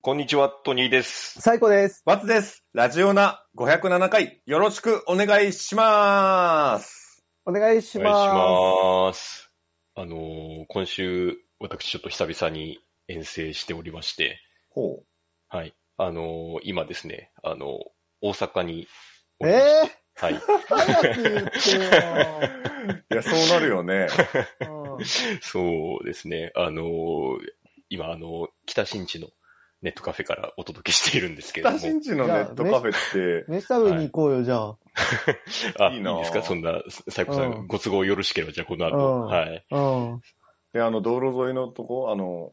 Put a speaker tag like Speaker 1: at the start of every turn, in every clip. Speaker 1: こんにちは、トニーです。
Speaker 2: 最高です。
Speaker 3: バツです。ラジオナ507回、よろしくお願いします。
Speaker 2: お願いし
Speaker 1: お
Speaker 2: ます。
Speaker 1: 願いします。あのー今週、私ちょっと久々に遠征しておりまして、
Speaker 3: ほ
Speaker 1: はい。あのー今ですね、あのー大阪におりま
Speaker 2: え
Speaker 1: し
Speaker 2: ー、
Speaker 1: て、はい。
Speaker 2: 早く言っ
Speaker 3: う。いや、そうなるよ ね。
Speaker 2: てよ。うん
Speaker 1: そうですね。あのー今、あのー北新地のネットカフェからお届けしているんですけれど
Speaker 3: 北
Speaker 1: も。
Speaker 3: 新地のネットカフェって、
Speaker 2: 飯食べに行こうよ、じゃあ。
Speaker 1: あ、い
Speaker 3: い
Speaker 1: い
Speaker 3: いなぁ
Speaker 1: ですかそんな、最高さ
Speaker 2: うん
Speaker 1: ん、ご都合よろしければ、じゃあこの後。
Speaker 2: うん
Speaker 1: はい。
Speaker 2: うん。
Speaker 3: いやあの、道路沿いのとこ、あの、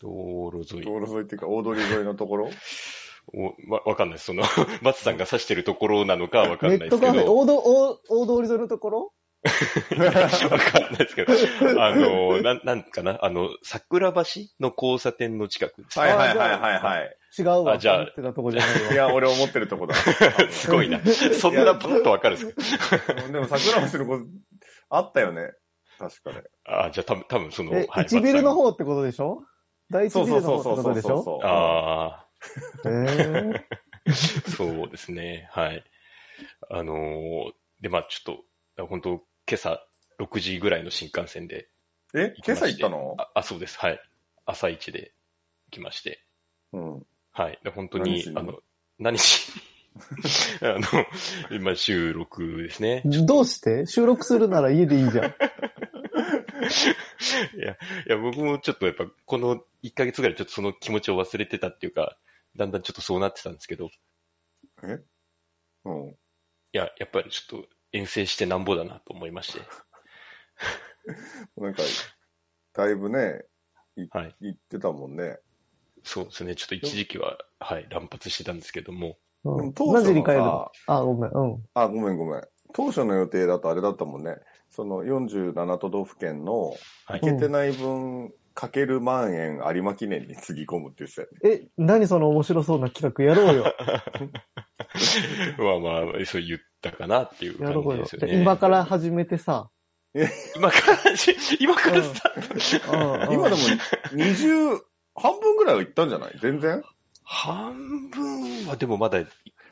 Speaker 1: 道路沿い。
Speaker 3: 道路沿いっていうか、大通り沿いのところ。
Speaker 1: おわ、わかんないです。その、 松さんが指してるところなのかわかん
Speaker 2: ネ
Speaker 1: ないで
Speaker 2: ット
Speaker 1: すけ
Speaker 2: カフェ、
Speaker 1: ど。
Speaker 2: 大ど大大通り沿いのところ
Speaker 1: わかんないですけど。あの、なん、なんかなあの、桜橋の交差点の近くです。
Speaker 3: はいはいはいはいはい。
Speaker 2: 違うわ。
Speaker 1: あじゃあ
Speaker 2: 思ってたとこじゃないわ。
Speaker 3: いや、俺思ってると こだ。
Speaker 1: すごいな。そんなパッとわかるんですか
Speaker 3: でも、桜橋の子、あったよね。確かね。
Speaker 1: あ、じゃあ多分、多分その、
Speaker 2: え、
Speaker 1: はい
Speaker 2: 一ビルの
Speaker 1: 松
Speaker 2: 方ってことでしょ第一
Speaker 3: そう
Speaker 2: ビ
Speaker 3: そ
Speaker 2: ル
Speaker 3: うそ
Speaker 2: の
Speaker 3: う
Speaker 2: 方
Speaker 3: そ
Speaker 2: ってことで
Speaker 3: う
Speaker 2: し
Speaker 3: そう
Speaker 2: ょ
Speaker 3: そう。
Speaker 1: さんああ。
Speaker 2: えー、
Speaker 1: そうですね。はい。あのーで、まあちょっと、本当今朝6時ぐらいの新幹線で、
Speaker 3: え、今朝行ったの
Speaker 1: あ、あそうです。はい。朝一で来まして。
Speaker 3: うん。
Speaker 1: はい。で本当
Speaker 3: 何
Speaker 1: に
Speaker 3: し、に
Speaker 1: あの、何し、 あの、今収録ですね。
Speaker 2: どうして収録するなら家でいいじゃん。
Speaker 1: いや、僕もちょっとやっぱ、この1ヶ月ぐらいちょっとその気持ちを忘れてたっていうか、だんだんちょっとそうなってたんですけど、い
Speaker 3: うん。
Speaker 1: や、やっぱりちょっと遠征してなんぼだなと思いまして。
Speaker 3: なんか、だいぶね、い
Speaker 1: はい
Speaker 3: 行ってたもんね。
Speaker 1: そうですね。ちょっと一時期は、はい、乱発してたんですけども、
Speaker 2: う
Speaker 3: で
Speaker 2: ん
Speaker 3: も、当初のさ
Speaker 2: 何時に帰るのあ、ごめん。うん。
Speaker 3: あ、ごめんごめん。当初の予定だとあれだったもんね。その47都道府県の
Speaker 1: はい
Speaker 3: 行けてない分かける万円有馬記念につぎ込むって言ってたよね。
Speaker 2: え、何その面白そうな企画やろ うよ。
Speaker 1: まあまあ、そう言ったかなっていう
Speaker 2: や
Speaker 1: 感
Speaker 2: ろう
Speaker 1: じ
Speaker 2: よ
Speaker 1: です。よ
Speaker 2: で
Speaker 1: ね。
Speaker 2: 今から始めてさ。
Speaker 1: 今からし、今からスタート。
Speaker 2: うん
Speaker 3: 今
Speaker 2: うん
Speaker 3: でも20、半分ぐらいは行ったんじゃない全然
Speaker 1: 半分はでもまだ、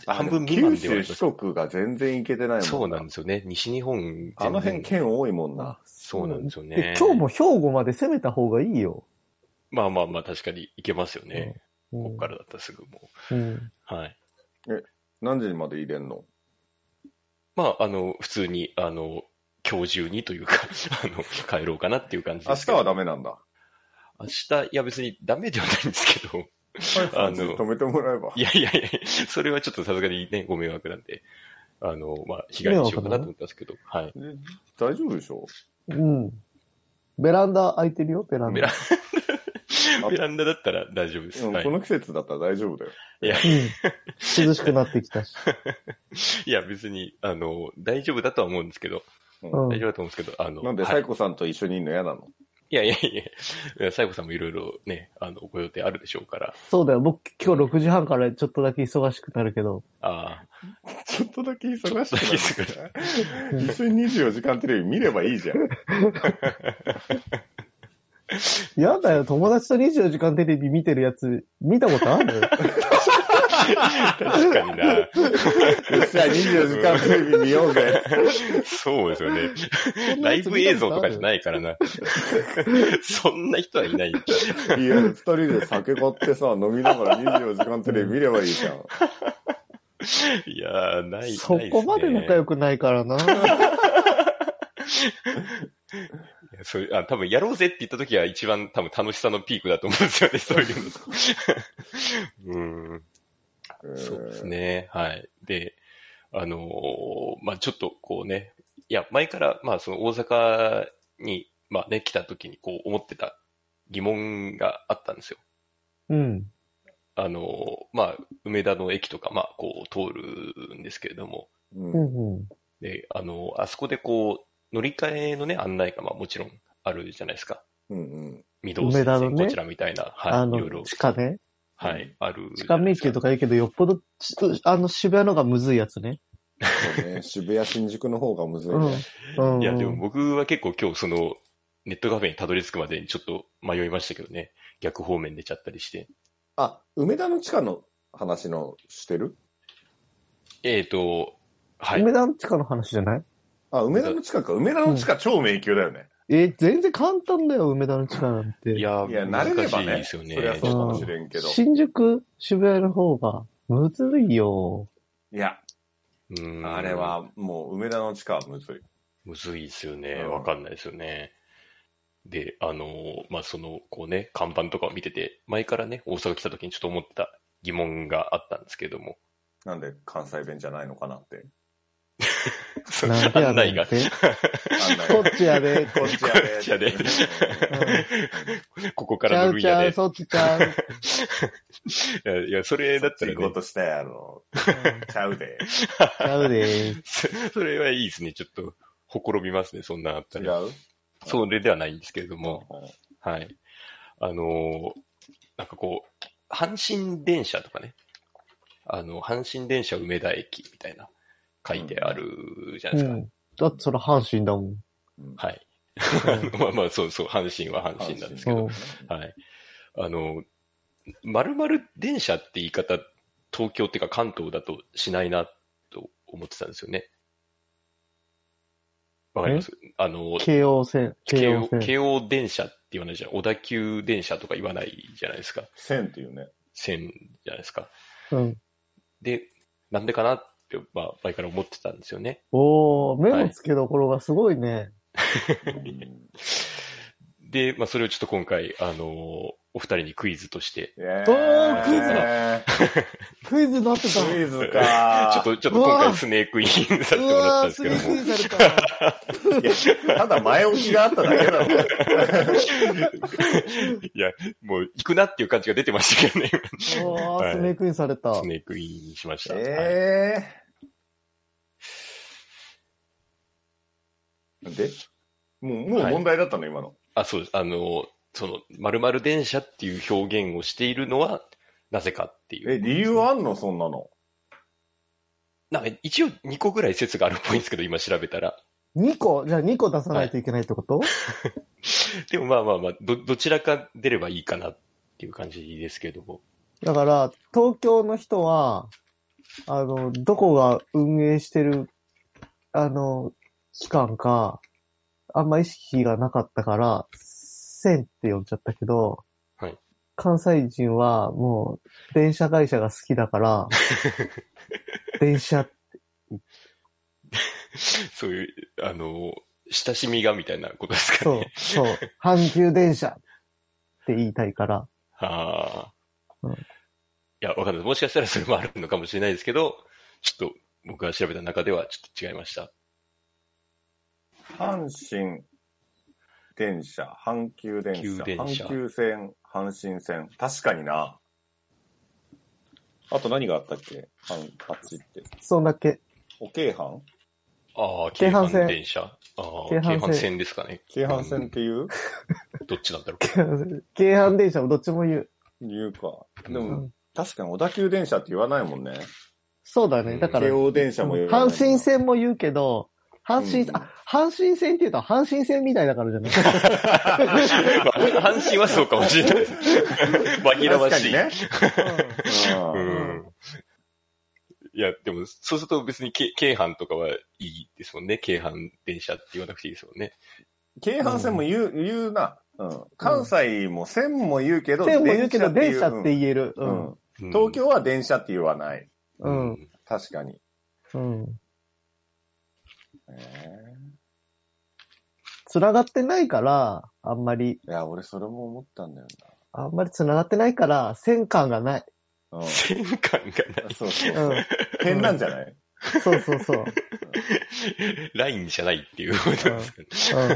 Speaker 1: 半分
Speaker 3: あ
Speaker 1: 未満
Speaker 3: 九
Speaker 1: ではあ
Speaker 3: 州、
Speaker 1: ります
Speaker 3: 四国が全然行けてないもん
Speaker 1: そうなんですよね。西日本全然。
Speaker 3: あの辺県多いもんな。
Speaker 2: あ
Speaker 1: そうなんですよね
Speaker 2: え。今日も兵庫まで攻めた方がいいよ。
Speaker 1: まあまあまあ、確かに行けますよね。
Speaker 2: うん
Speaker 1: こっからだったらすぐも
Speaker 2: うん。
Speaker 1: う。はい。
Speaker 3: 何時まで入れんの
Speaker 1: まあ、あの、普通に、あの、今日中にというか、 あの、帰ろうかなっていう感じ
Speaker 3: 明
Speaker 1: です
Speaker 3: 日
Speaker 1: けど。
Speaker 3: はダメなんだ。
Speaker 1: 明日、いや別にダメではないんですけど。 あの
Speaker 3: 止めてもらえば
Speaker 1: い。やいやいや、それはちょっとさすがにね、ご迷惑なんで。あの、まあ、被害にしようかなと思ったんですけど。はい。
Speaker 3: で大丈夫でしょ
Speaker 2: うん。ベランダ空いてるよ、ベラン
Speaker 1: ベ
Speaker 2: ダ。
Speaker 1: ラ
Speaker 3: あ
Speaker 1: ベランダだったら大丈夫です。
Speaker 3: うん
Speaker 1: はい
Speaker 3: こ。の季節だったら大丈夫だよ。
Speaker 2: うん。涼しくなってきたし。
Speaker 1: いや、別に、あの、大丈夫だとは思うんですけど、
Speaker 2: うん。
Speaker 1: 大丈夫だと思うんですけど、あの、
Speaker 3: なんで、
Speaker 1: はい
Speaker 3: サイコさんと一緒にいるの嫌なの
Speaker 1: いやいやいやいや、サイコさんもいろいろね、あの、ご予定あるでしょうから。
Speaker 2: そうだよ。僕今日6時半からちょっとだけ忙しくなるけど。
Speaker 1: あ
Speaker 3: ちょっとだけ忙しくな
Speaker 2: う
Speaker 3: る。
Speaker 2: ん
Speaker 3: 一緒に24時間テレビ見ればいいじゃん。
Speaker 2: やだよ、友達と24時間テレビ見てるやつ、見たことあ る
Speaker 1: あ、確かに な。
Speaker 3: よっしゃ、24時間テレビ見ようぜ。
Speaker 1: そうですよね。 ライブ映像とかじゃ
Speaker 2: い
Speaker 1: ないからな。 そんな人はいない。
Speaker 3: いや、二人で酒買ってさ、飲みながら24時間テレビ見ればいいじゃん。
Speaker 1: いやー、ない、
Speaker 2: そこまで仲良
Speaker 1: く。
Speaker 2: くないからな。
Speaker 1: いやそれあ、多分やろうぜって言った時は一番多分楽しさのピークだと思うんですよね、 そういうの。うん。そうですね。はい。で、あのーまあ、ちょっとこうね、いや、前から、まあ、その大阪に、まあね、来た時にこう思ってた疑問があったんですよ。
Speaker 2: うん。
Speaker 1: あのーまあ、梅田の駅とか、まあ、こう通るんですけれども、
Speaker 3: えー。
Speaker 2: う
Speaker 3: うん
Speaker 2: んうん。
Speaker 1: で、あのーあそこでこう、乗り換えのね、案内が、まあ、もちろんあるじゃないですか。
Speaker 3: うんうん。
Speaker 1: 御堂筋
Speaker 2: 梅田の
Speaker 1: 線、
Speaker 2: ね
Speaker 1: こちらみたいな、は
Speaker 2: あ
Speaker 1: い、いろいろ
Speaker 2: の、、地下ね。
Speaker 1: はい、ある。
Speaker 2: 地下迷宮とかいいけど、よっぽど、ちあの、渋谷のがむずいやつね。
Speaker 3: そうね。渋谷、新宿の方がむずいね。
Speaker 2: うん。うん。
Speaker 1: いや、でも僕は結構今日その、ネットカフェにたどり着くまでにちょっと迷いましたけどね。逆方面出ちゃったりして。
Speaker 3: あ、梅田の地下の話のしてる
Speaker 1: えっ、と、はい。
Speaker 2: 梅田の地下の話じゃない
Speaker 3: あ、梅田の地下か。梅田の地下超迷宮だよね。
Speaker 2: えー全然簡単だよ、梅田の地下なんて。
Speaker 1: いやー、
Speaker 3: いや、慣
Speaker 1: 難
Speaker 3: れれば
Speaker 1: しい
Speaker 3: ね。
Speaker 1: ですよね。
Speaker 3: そりゃそうかもしれんけど。
Speaker 2: 新宿、渋谷の方が、むずいよ。
Speaker 3: いや、
Speaker 1: うん
Speaker 3: あれ。はもう梅田の地下はむずい。
Speaker 1: むずいですよね。
Speaker 3: うん
Speaker 1: わかんないですよね。で、あのーまあ、その、こうね、看板とかを見てて、前からね、大阪来た時にちょっと思ってた疑問があったんですけども、
Speaker 3: なんで関西弁じゃないのかなって。
Speaker 1: その
Speaker 2: なんでや
Speaker 1: 案
Speaker 2: ね
Speaker 1: 内
Speaker 2: ん
Speaker 1: が
Speaker 2: っ、て。こ っちやで。
Speaker 3: こっちやで。
Speaker 1: こっここか
Speaker 2: ち
Speaker 1: ら
Speaker 2: ゃ
Speaker 1: の
Speaker 2: う
Speaker 1: 分
Speaker 2: ち
Speaker 1: 野
Speaker 2: ゃう、
Speaker 1: で。
Speaker 2: そっちちゃう。
Speaker 1: いやいや、それだったら、
Speaker 3: 行こう
Speaker 1: ね、
Speaker 3: としたやろ。
Speaker 2: ち
Speaker 3: ちゃうで。
Speaker 2: ゃ うでーす。
Speaker 1: そそれはいいですね。ちょっと、ほころびますね、そんなあった
Speaker 3: 違
Speaker 1: ら。
Speaker 3: う
Speaker 1: それではないんですけれども、
Speaker 3: うん
Speaker 1: はい。あのーなんかこう、阪神電車とかね、あの、阪神電車梅田駅みたいな書いてあるじゃな
Speaker 2: う
Speaker 1: いですか。
Speaker 2: ん。だってそれ阪神だもん。
Speaker 3: うん
Speaker 1: はい。
Speaker 2: うん
Speaker 1: まあまあ、そうそう、阪神は阪神なんですけど、はい。あの、丸々電車って言い方、東京っていうか関東だとしないなと思ってたんですよね。わかりますあの、
Speaker 2: 京王線。
Speaker 1: 京
Speaker 2: 京
Speaker 1: 王
Speaker 2: 王線。
Speaker 1: 京王電車って言わないじゃん。小田急電車とか言わないじゃないですか。
Speaker 3: 線っていうね。
Speaker 1: 線じゃないですか。
Speaker 2: うん。
Speaker 1: で、なんでかなって、まあ、前から思ってたんですよね。
Speaker 2: おー、目の付けどころがすごいね。
Speaker 3: うん
Speaker 1: で、まあ、それをちょっと今回、あのお二人にクイズとして、
Speaker 3: イエ
Speaker 2: おークイズ
Speaker 3: ーイ
Speaker 2: クイズになってた。
Speaker 3: クイズ
Speaker 1: ちょ
Speaker 3: か
Speaker 1: っ。と、ちょっと今回スネークイーンさせてもらったんですけど
Speaker 2: うわ
Speaker 1: も、
Speaker 2: ーすげえクイズされた。
Speaker 3: いやただ前置きがあっただけだろ。
Speaker 1: いや、もう行くなっていう感じが出てましたけどね、
Speaker 2: お
Speaker 1: はい
Speaker 2: ー、スネークインされ た。
Speaker 1: スネークイーンにしました。 はい
Speaker 3: ええでもう、もう問題だったの、今の。
Speaker 1: あ、そうです。あのその、〇〇電車っていう表現をしているのは、なぜかっていう。
Speaker 3: え、理由あんのそんなの。
Speaker 1: なんか一応2個ぐらい説があるっぽいんですけど、今調べたら。
Speaker 2: 2個、じゃあ2個出さないといけないってこと
Speaker 1: でもまあまあまあ、ど、どちらか出ればいいかなっていう感じですけども。
Speaker 2: だから、東京の人は、あの、どこが運営してる、あの、機関か、あんま意識がなかったから、線って呼んじゃったけど、
Speaker 1: はい
Speaker 2: 関西人はもう、電車会社が好き だから、電車、
Speaker 1: そういう、あの、親しみがみたいなことですか
Speaker 2: そう
Speaker 1: ね。、
Speaker 2: そう、阪急電車って言いたいから、
Speaker 1: ああ。
Speaker 2: うん
Speaker 1: いや、わかんない。もしかしたらそれもあるのかもしれないですけど、ちょっと僕が調べた中ではちょっと違いました。
Speaker 3: 阪神電車、阪急電
Speaker 1: 急
Speaker 3: 車、
Speaker 1: 電車
Speaker 3: 阪急線、阪神線。確かにな。あと何があったっけ阪あっちって。
Speaker 2: そんだけ、
Speaker 3: お京阪
Speaker 1: ああ、京
Speaker 2: 京阪
Speaker 1: 阪
Speaker 2: 線
Speaker 1: 電車。ああ、京
Speaker 2: 京阪線
Speaker 1: 阪線ですかね。
Speaker 3: 京阪線っていう、
Speaker 1: どっちなん だろ
Speaker 2: 京阪電車もどっちも言う。
Speaker 3: いうか。で
Speaker 1: う。
Speaker 2: う
Speaker 3: も、
Speaker 2: ん
Speaker 3: 確かに小田急電車って言わないもんね。
Speaker 2: そうだね、だから
Speaker 3: 京、王電車も言わないもん
Speaker 2: 阪神線も言うけど、阪神、
Speaker 3: うん
Speaker 2: あ、阪神線って言うと阪神線みたいだから じゃないう
Speaker 1: まあ阪神はそうかもしれないです。紛らわ
Speaker 3: 確か
Speaker 1: し
Speaker 3: に
Speaker 1: い。
Speaker 3: ね。
Speaker 1: う
Speaker 3: うん
Speaker 1: ん。いや、でも、そうすると別に京京阪とかはいいですもんね。京阪電車って言わなくていいですもんね。
Speaker 3: 京阪線も言う、言うな。うん。関西も線も言うけど、
Speaker 2: 線も言うけど電車って
Speaker 3: う。
Speaker 2: 言える。う。
Speaker 3: うんん。東京は電車って言わない。
Speaker 2: う
Speaker 1: うん
Speaker 2: ん。
Speaker 3: 確かに。
Speaker 2: うん。
Speaker 3: え
Speaker 2: 繋がってないから、あんまり、
Speaker 3: ーいや、俺それも思ったんだよ
Speaker 2: あんまり繋がってないから、線感がない。
Speaker 3: な。うん。
Speaker 1: 戦艦がない。
Speaker 3: そうそうう。
Speaker 2: ん。
Speaker 3: 変なんじゃない
Speaker 2: そうそうそう。
Speaker 1: ラインじゃないっていうことですかね。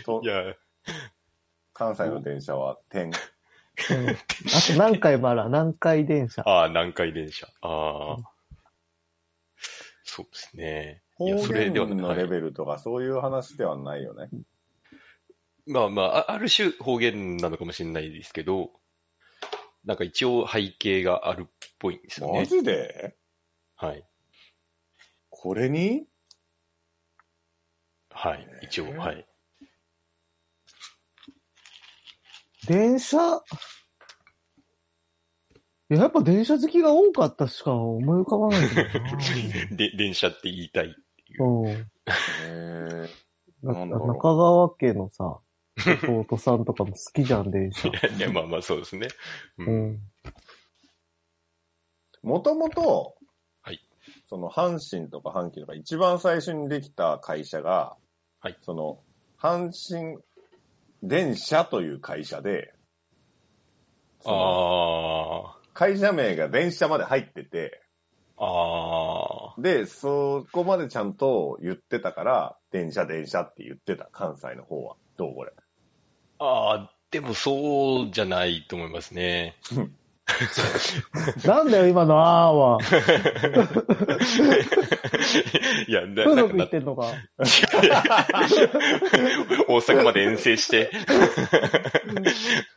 Speaker 2: う
Speaker 3: と
Speaker 1: いや、
Speaker 3: 関西の電車は点。
Speaker 2: ん。うん、あと何回もあるわ。何回電車。
Speaker 1: ああ、南海電車。ああ。そうですね。い
Speaker 3: 方
Speaker 1: や、それ
Speaker 3: 言
Speaker 1: ではない
Speaker 3: のレベルとかそういう話ではないよね。
Speaker 1: まあまあ、あある種方言なのかもしれないですけど、なんか一応背景があるっぽいんですよ
Speaker 3: マ
Speaker 1: ね。
Speaker 3: ジで
Speaker 1: はい。
Speaker 3: これに
Speaker 1: はい。一応、はい。
Speaker 2: 電車、いや、やっぱ電車好きが多かったしか思い浮かばないんだよな
Speaker 1: で、電車って言い たい。
Speaker 2: うん。
Speaker 3: え
Speaker 2: だ
Speaker 3: なんだろう
Speaker 2: 中川家のさ、弟さんとかも好きじゃん、電車。
Speaker 1: いや、まあまあそうですね。う。
Speaker 2: うんん。
Speaker 3: もともと、
Speaker 1: はい
Speaker 3: その阪神とか阪急とか一番最初にできた会社が、
Speaker 1: はい
Speaker 3: その阪神電車という会社で、その
Speaker 1: あ
Speaker 3: 会社名が電車まで入ってて、
Speaker 1: あ、ああ、
Speaker 3: で、そこまでちゃんと言ってたから、電車電車って言ってた、関西の方は。どうこれ。
Speaker 1: ああ、でもそうじゃないと思いますね。
Speaker 2: なんだよ、今のあーは。
Speaker 1: いや、な
Speaker 2: 風
Speaker 1: なんか
Speaker 2: 俗行
Speaker 1: な
Speaker 2: っ、てんのか。
Speaker 1: 大阪まで遠征して。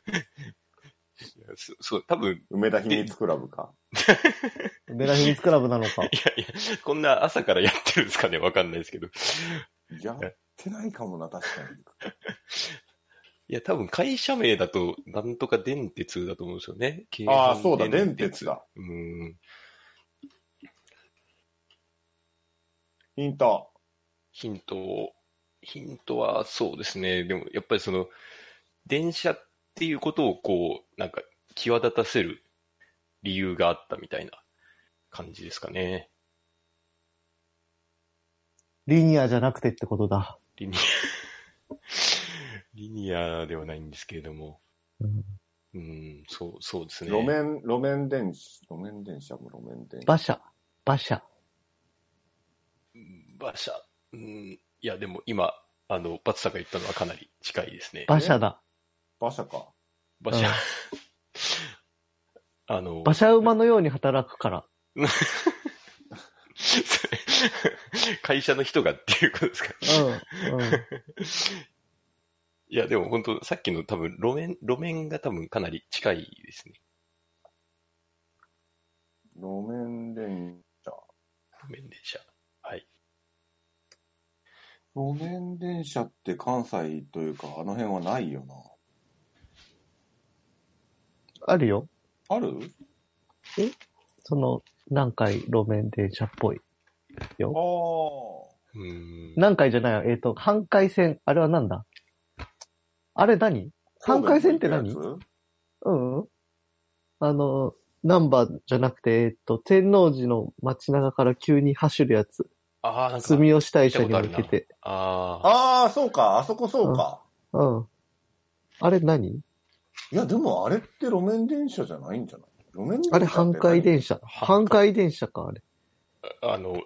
Speaker 1: いやそそう、多分、
Speaker 3: 梅田秘密クラブか。
Speaker 2: メラ秘密クラブなのか。
Speaker 1: いやいや、こんな朝からやってるんですかねわかんないですけど。
Speaker 3: やってないかもな、確かに。
Speaker 1: いや、多分会社名だと、なんとか電鉄だと思うんですよね。
Speaker 3: あ
Speaker 1: 京
Speaker 3: あ
Speaker 1: 阪
Speaker 3: そうだ電鉄だ。
Speaker 1: うん。
Speaker 3: ヒント。
Speaker 1: ヒントを、ヒントはそうですね。でも、やっぱりその、電車っていうことをこう、なんか、際立たせる理由があったみたいな感じですかね。
Speaker 2: リニアじゃなくてってことだ。
Speaker 1: リニア、 リニアではないんですけれども。
Speaker 2: う
Speaker 1: う
Speaker 2: ん
Speaker 1: ん、そう、そうですね。
Speaker 3: 路面、路面電車、路面電車も路面電車。
Speaker 2: 馬車。馬車。
Speaker 1: 馬車。うん、いや、でも今、あの、バツさんが言ったのはかなり近いですね。
Speaker 2: 馬車だ。
Speaker 3: 馬車か。
Speaker 1: 馬車
Speaker 2: うん。
Speaker 1: あの、
Speaker 2: 馬車馬のように働くから。
Speaker 1: 会社の人がっていうことですか
Speaker 2: うん。うん。
Speaker 1: いや、でも本当さっきの多分、路面、路面が多分かなり近いですね。
Speaker 3: 路面電車。
Speaker 1: 路面電車。
Speaker 3: 路面電車って関西というか、あの辺はないよ
Speaker 2: あるよ。
Speaker 3: な。ある
Speaker 2: その、何回路面電車っぽい。
Speaker 3: ああ。
Speaker 1: うーん。
Speaker 2: 何回じゃないよ。えっ、と、半回線。あれはなんだあれ何半回線って何
Speaker 3: 神戸のや
Speaker 2: うん。あの、ナンバーじゃなくて、えっと、天王寺の街中から急に走るやつ。
Speaker 1: ああ、なんか、
Speaker 2: 住吉大社に向けて。
Speaker 3: つ
Speaker 1: ああ、
Speaker 3: ああ、そうか。あそこそうか。
Speaker 2: うん。あれ何
Speaker 3: いや、でもあれって路面電車じゃないんじゃない路面電車って
Speaker 2: あれ半回電
Speaker 3: 車。
Speaker 2: 車。
Speaker 1: 半
Speaker 2: 半回電車か、あれ。
Speaker 1: あの、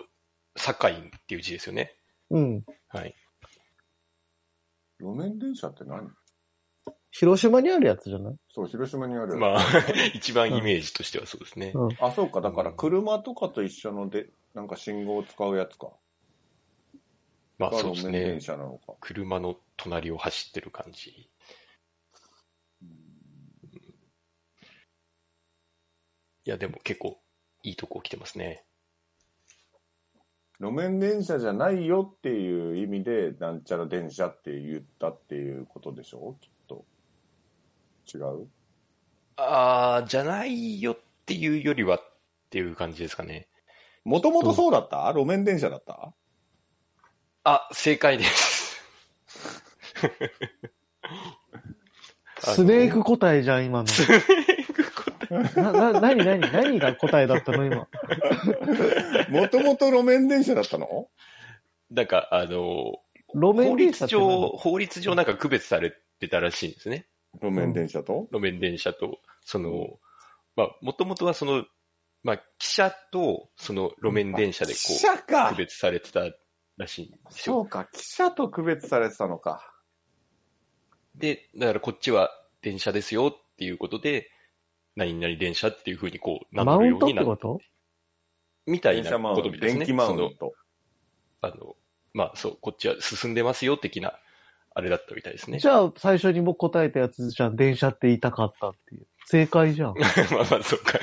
Speaker 1: 堺っていう字ですよね。
Speaker 2: うん。
Speaker 1: はい。
Speaker 3: 路面電車って何
Speaker 2: 広島にあるやつじゃない
Speaker 3: そう、広島にある。
Speaker 1: まあ、 一番イメージとしてはそうですね。
Speaker 2: うん。
Speaker 3: あ、そうか。だから車とかと一緒ので、なんか信号を使うやつか。
Speaker 1: まあ、
Speaker 3: が
Speaker 1: そうで
Speaker 3: 路
Speaker 1: す
Speaker 3: 面
Speaker 1: ね
Speaker 3: 電。車なのか。
Speaker 1: 車の隣を走ってる感じ。いや、でも結構、いいとこ来てますね。
Speaker 3: 路面電車じゃないよっていう意味で、なんちゃら電車って言ったっていうことでしょきっと。違う
Speaker 1: ああ、じゃないよっていうよりはっていう感じですかね。
Speaker 3: もともとそうだった路面電車 だった
Speaker 1: あ、正解です。 あの
Speaker 2: スネーク答えじゃん、今の。
Speaker 1: スネーク答え
Speaker 2: な、な、なになに何が答えだったの、今。
Speaker 3: もともと路面電車だったの
Speaker 1: なんか、あの、
Speaker 2: 路面
Speaker 1: 法
Speaker 2: 電
Speaker 1: 律
Speaker 2: 車って何
Speaker 1: 上、法律上なんか区別されてたらしいんですね。
Speaker 3: 路面電車と、
Speaker 1: 路面電車と、その、まあ、もともとはその、まあ、汽車と、その路面電車でこ
Speaker 3: 汽
Speaker 1: う、
Speaker 3: 車か
Speaker 1: 区別されてたらしいんですよ。
Speaker 3: そうか、汽車と区別されてたのか。
Speaker 1: で、だからこっちは電車ですよっていうことで、何々電車っていうふうにこう、名
Speaker 2: マ
Speaker 1: 乗
Speaker 2: ウ
Speaker 1: る
Speaker 2: ン
Speaker 1: よう
Speaker 2: トっ
Speaker 1: に
Speaker 2: て
Speaker 1: なっ
Speaker 2: こと
Speaker 1: みたい
Speaker 3: 電
Speaker 1: な
Speaker 3: 車マ
Speaker 1: こ
Speaker 3: ウ
Speaker 1: と
Speaker 3: ン
Speaker 1: み
Speaker 3: ト、
Speaker 1: たいです
Speaker 3: 電
Speaker 1: ね。
Speaker 3: 気マウ
Speaker 1: そ
Speaker 3: ン
Speaker 1: の、
Speaker 3: ト。
Speaker 1: あの、まあそう、こっちは進んでますよ的な、あれだったみたいですね
Speaker 2: じ。ゃあ、最初にも答えたやつじゃん、電車って言いたかったっていう。正解じゃん。
Speaker 1: まあまあ、そうか。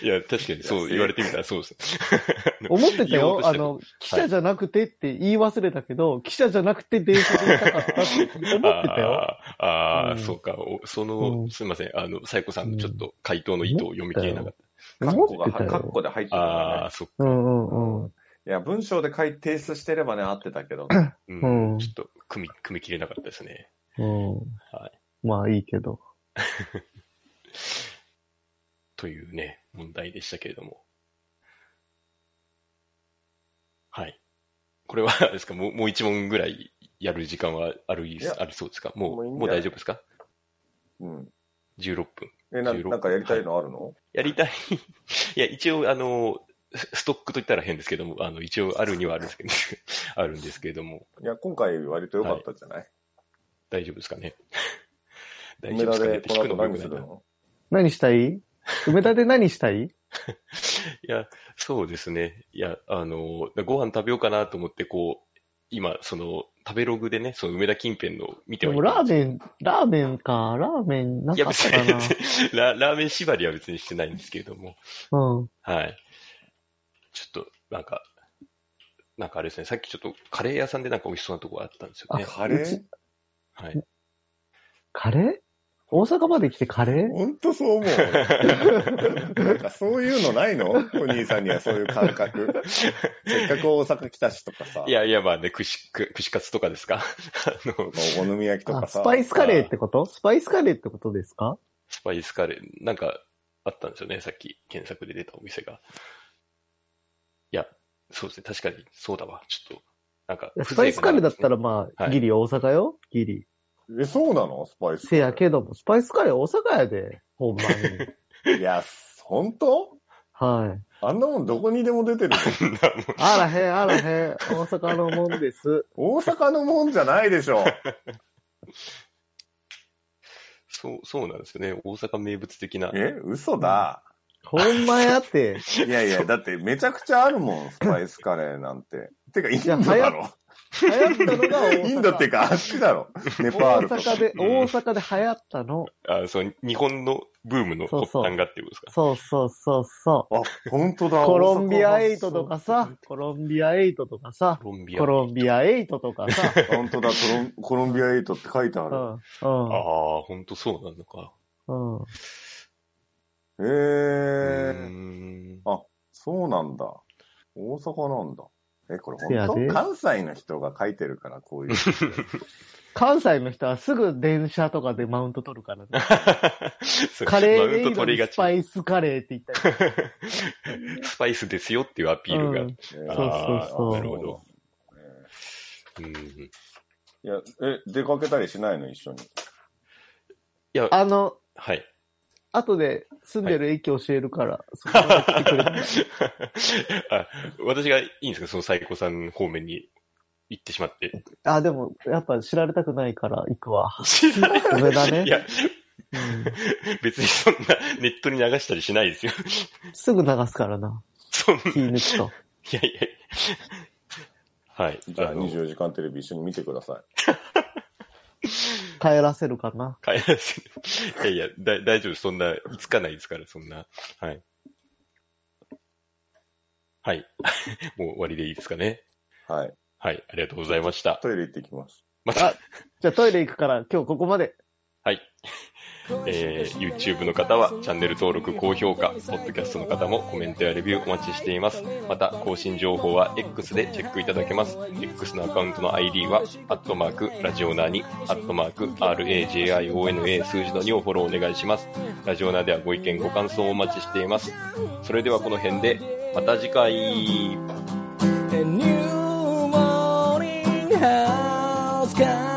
Speaker 1: いや、確かにそう言われてみたらそうです。
Speaker 2: 思ってた
Speaker 1: 言おう
Speaker 2: よ
Speaker 1: と。して
Speaker 2: あ
Speaker 1: た
Speaker 2: の、記者じゃなくてって言い忘れたけど、記者じゃなくて電車で行きたかったって思ってたよ。
Speaker 1: あーあー、
Speaker 2: うん
Speaker 1: そうか。おその、
Speaker 2: うん
Speaker 1: すみません。あの、サイコさんのちょっと回答の意図を読み切れなかっ
Speaker 3: カッ
Speaker 2: 思
Speaker 3: コ
Speaker 2: ってた
Speaker 3: が、カッ
Speaker 2: よ。
Speaker 3: コで入って
Speaker 1: た。
Speaker 3: たから
Speaker 1: ああ
Speaker 3: ね
Speaker 1: ー、。そっか。
Speaker 2: うんうんうん。
Speaker 3: いや、文章で書い提出してればね、合ってたけど、ね、
Speaker 1: うん。
Speaker 2: うん
Speaker 1: ちょっと、組み、組み切れなかったですね。
Speaker 2: うん。
Speaker 1: は
Speaker 2: まあいいけど。
Speaker 1: というね、問題でしたけれども。はい。これは、あれですかもう、もう一問ぐらいやる時間はあるい
Speaker 3: いや
Speaker 1: ありそうですかもう、
Speaker 3: もういいんじ
Speaker 1: もう
Speaker 3: ゃない
Speaker 1: 大丈夫ですか
Speaker 3: うん。
Speaker 1: ?16 分。
Speaker 3: え、な
Speaker 1: 16
Speaker 3: なんかやりたいのあるの、
Speaker 1: やりたい。 いや、一応、あの、スストックと言ったら変ですけども、あの、一応あるにはあるんですけど、 あるんですけれども、
Speaker 3: い、や、今回割と良かったじゃない、
Speaker 1: 大丈夫ですか ね。大
Speaker 3: 梅
Speaker 1: 丈夫で
Speaker 3: 田
Speaker 1: すかねって
Speaker 3: で
Speaker 1: 聞
Speaker 3: この
Speaker 1: くの
Speaker 3: 後
Speaker 1: もよくないな。い
Speaker 2: 何
Speaker 3: 何するの
Speaker 2: したい梅田で何したい
Speaker 1: や、そうですね。いや、あの、ご飯食べようかなと思って、こう、今、その、食べログでね、その梅田近辺の見て
Speaker 2: で
Speaker 1: はい
Speaker 2: も
Speaker 1: た
Speaker 2: ラ
Speaker 1: ん
Speaker 2: ー
Speaker 1: です
Speaker 2: メン、ラーメンか、ラーメンない
Speaker 1: や、
Speaker 2: かっ
Speaker 1: 別
Speaker 2: たかな。
Speaker 1: にラ、ラーメン縛りは別にしてないんですけれども、
Speaker 2: うん。
Speaker 1: はい。ちょっと、なんか、なんかあれですね、さっきちょっとカレー屋さんでなんか美味しそうなとこあったんですよね。
Speaker 2: あ
Speaker 3: カレ
Speaker 2: うち
Speaker 3: ー
Speaker 1: はい。
Speaker 2: カレー大阪まで来てカレー
Speaker 3: ほんとそう 思う。なんかそういうのないのお兄さんにはそういう感 覚。せっかく大阪来たしとかさ、
Speaker 1: いやいや、まあね、串く、串カツとかですか あの、
Speaker 3: お好み焼きと
Speaker 2: あ、
Speaker 3: か
Speaker 2: ス
Speaker 3: さ。
Speaker 2: パイスカレーってことスパイスカレーってことですか
Speaker 1: スパイスカレー、なんかあったんですよね、さっき検索で出たお店が。いや、そうですね、確かにそうだわ、ちょっと、なんか、
Speaker 2: スパイスカレーだった
Speaker 1: ら、
Speaker 2: らまあ、
Speaker 1: はい
Speaker 2: ギリ大阪よギリ。
Speaker 3: え、そうなのスパイスカ
Speaker 2: せ
Speaker 3: レー。
Speaker 2: やけども、スパイスカレー大阪やで、ほんまに。
Speaker 3: いや、本当
Speaker 2: はい。
Speaker 3: あんなもんどこにで も出てるよ。
Speaker 2: あらへん、あらへん、大阪のもんです。
Speaker 3: 大阪のもんじゃないでしょ。
Speaker 1: そう、そうなんですよね、大阪名物的な。
Speaker 3: え、嘘だ。
Speaker 2: ほんまやって。
Speaker 3: いやいや、だってめちゃくちゃあるもん、スパイスカレーなんて。てか、インド
Speaker 2: いや
Speaker 3: だろ。
Speaker 2: 流行ったのが大阪。
Speaker 3: インドっていうか、あっちだろ。ネパー
Speaker 2: 大
Speaker 3: ルとか。
Speaker 2: 阪で、大阪で流行ったの。
Speaker 1: あそう、日本のブームの
Speaker 2: そう
Speaker 1: 発
Speaker 2: そう
Speaker 1: 端がっていうことですか。
Speaker 2: そうそうそうそ
Speaker 3: あ、本当
Speaker 2: う。
Speaker 3: だ。
Speaker 2: コロンビア
Speaker 3: エ
Speaker 2: 8とかさ、コロンビア8とかさ、
Speaker 1: コロンビア。
Speaker 2: コロンビア8とかさ、
Speaker 3: 本当だ、コロンコロンビアエイトって書いてあ
Speaker 2: う
Speaker 3: る。
Speaker 2: ん、
Speaker 1: ああ、本当そうなのか。
Speaker 2: うん、うん。
Speaker 1: う
Speaker 3: へえ、
Speaker 1: ーん。
Speaker 3: そうなんだ。大阪なんだ。え、こ
Speaker 2: せ
Speaker 3: れ
Speaker 2: や
Speaker 3: 本
Speaker 2: で
Speaker 3: 当関西の人が書いてるから、こ ういう。
Speaker 2: 関西の人はすぐ電車とかでマウント取るからね。
Speaker 1: そう
Speaker 2: カレー
Speaker 1: マウ
Speaker 2: で
Speaker 1: ン
Speaker 2: いい
Speaker 1: ト
Speaker 2: の
Speaker 1: 取り
Speaker 2: に
Speaker 1: が
Speaker 2: ス
Speaker 1: ち。
Speaker 2: パイスカレーって言ったり。
Speaker 1: スパイスですよっていうアピールが。
Speaker 2: うん
Speaker 3: えー
Speaker 1: そうそうそう
Speaker 3: あ
Speaker 1: なるほど
Speaker 3: え
Speaker 1: うん
Speaker 3: ーいや、え、出かけたりしないの一緒に。
Speaker 1: いや、
Speaker 2: あの、
Speaker 1: はい。
Speaker 2: 後で住んでる駅教えるから、そこまで来 てくれたら
Speaker 1: あ私がいいんですかその最高さん方面に行ってしまって。
Speaker 2: あ、でも、やっぱ知られたくないから行く わ。
Speaker 1: 知らない
Speaker 2: 上だ
Speaker 1: い
Speaker 2: ね。
Speaker 1: や、
Speaker 2: うん
Speaker 1: 別にそんなネットに流したりしないですよ。
Speaker 2: すぐ流すからな。
Speaker 1: そんな、い
Speaker 2: 気抜くと。
Speaker 1: やいや。はい。
Speaker 3: じゃあ、
Speaker 1: の
Speaker 3: 24時間テレビ一緒に見てくださ
Speaker 2: 帰らせるかな。
Speaker 1: 帰らせる。いやいや、だ大丈夫、そんな、いつかないですから、そんな。はい。はい。 もう終わりでいいですかね。
Speaker 3: い。はい。
Speaker 1: はい。ありがとうございました。
Speaker 3: トイレ行ってきます。
Speaker 1: また、
Speaker 2: じゃあトイレ行くから、今日ここまで。
Speaker 1: はい。えー YouTube の方はチャンネル登録、高評価、Podcast の方もコメントやレビューお待ちしています。また、更新情報は X でチェックいただけます。X のアカウントの ID は、アットマーク、ラジオナーに、アットマーク、RAJIONA 数字の2をフォローお願いします。ラジオナーではご意見、ご感想をお待ちしています。それではこの辺で、また次回。
Speaker 4: A new morning has come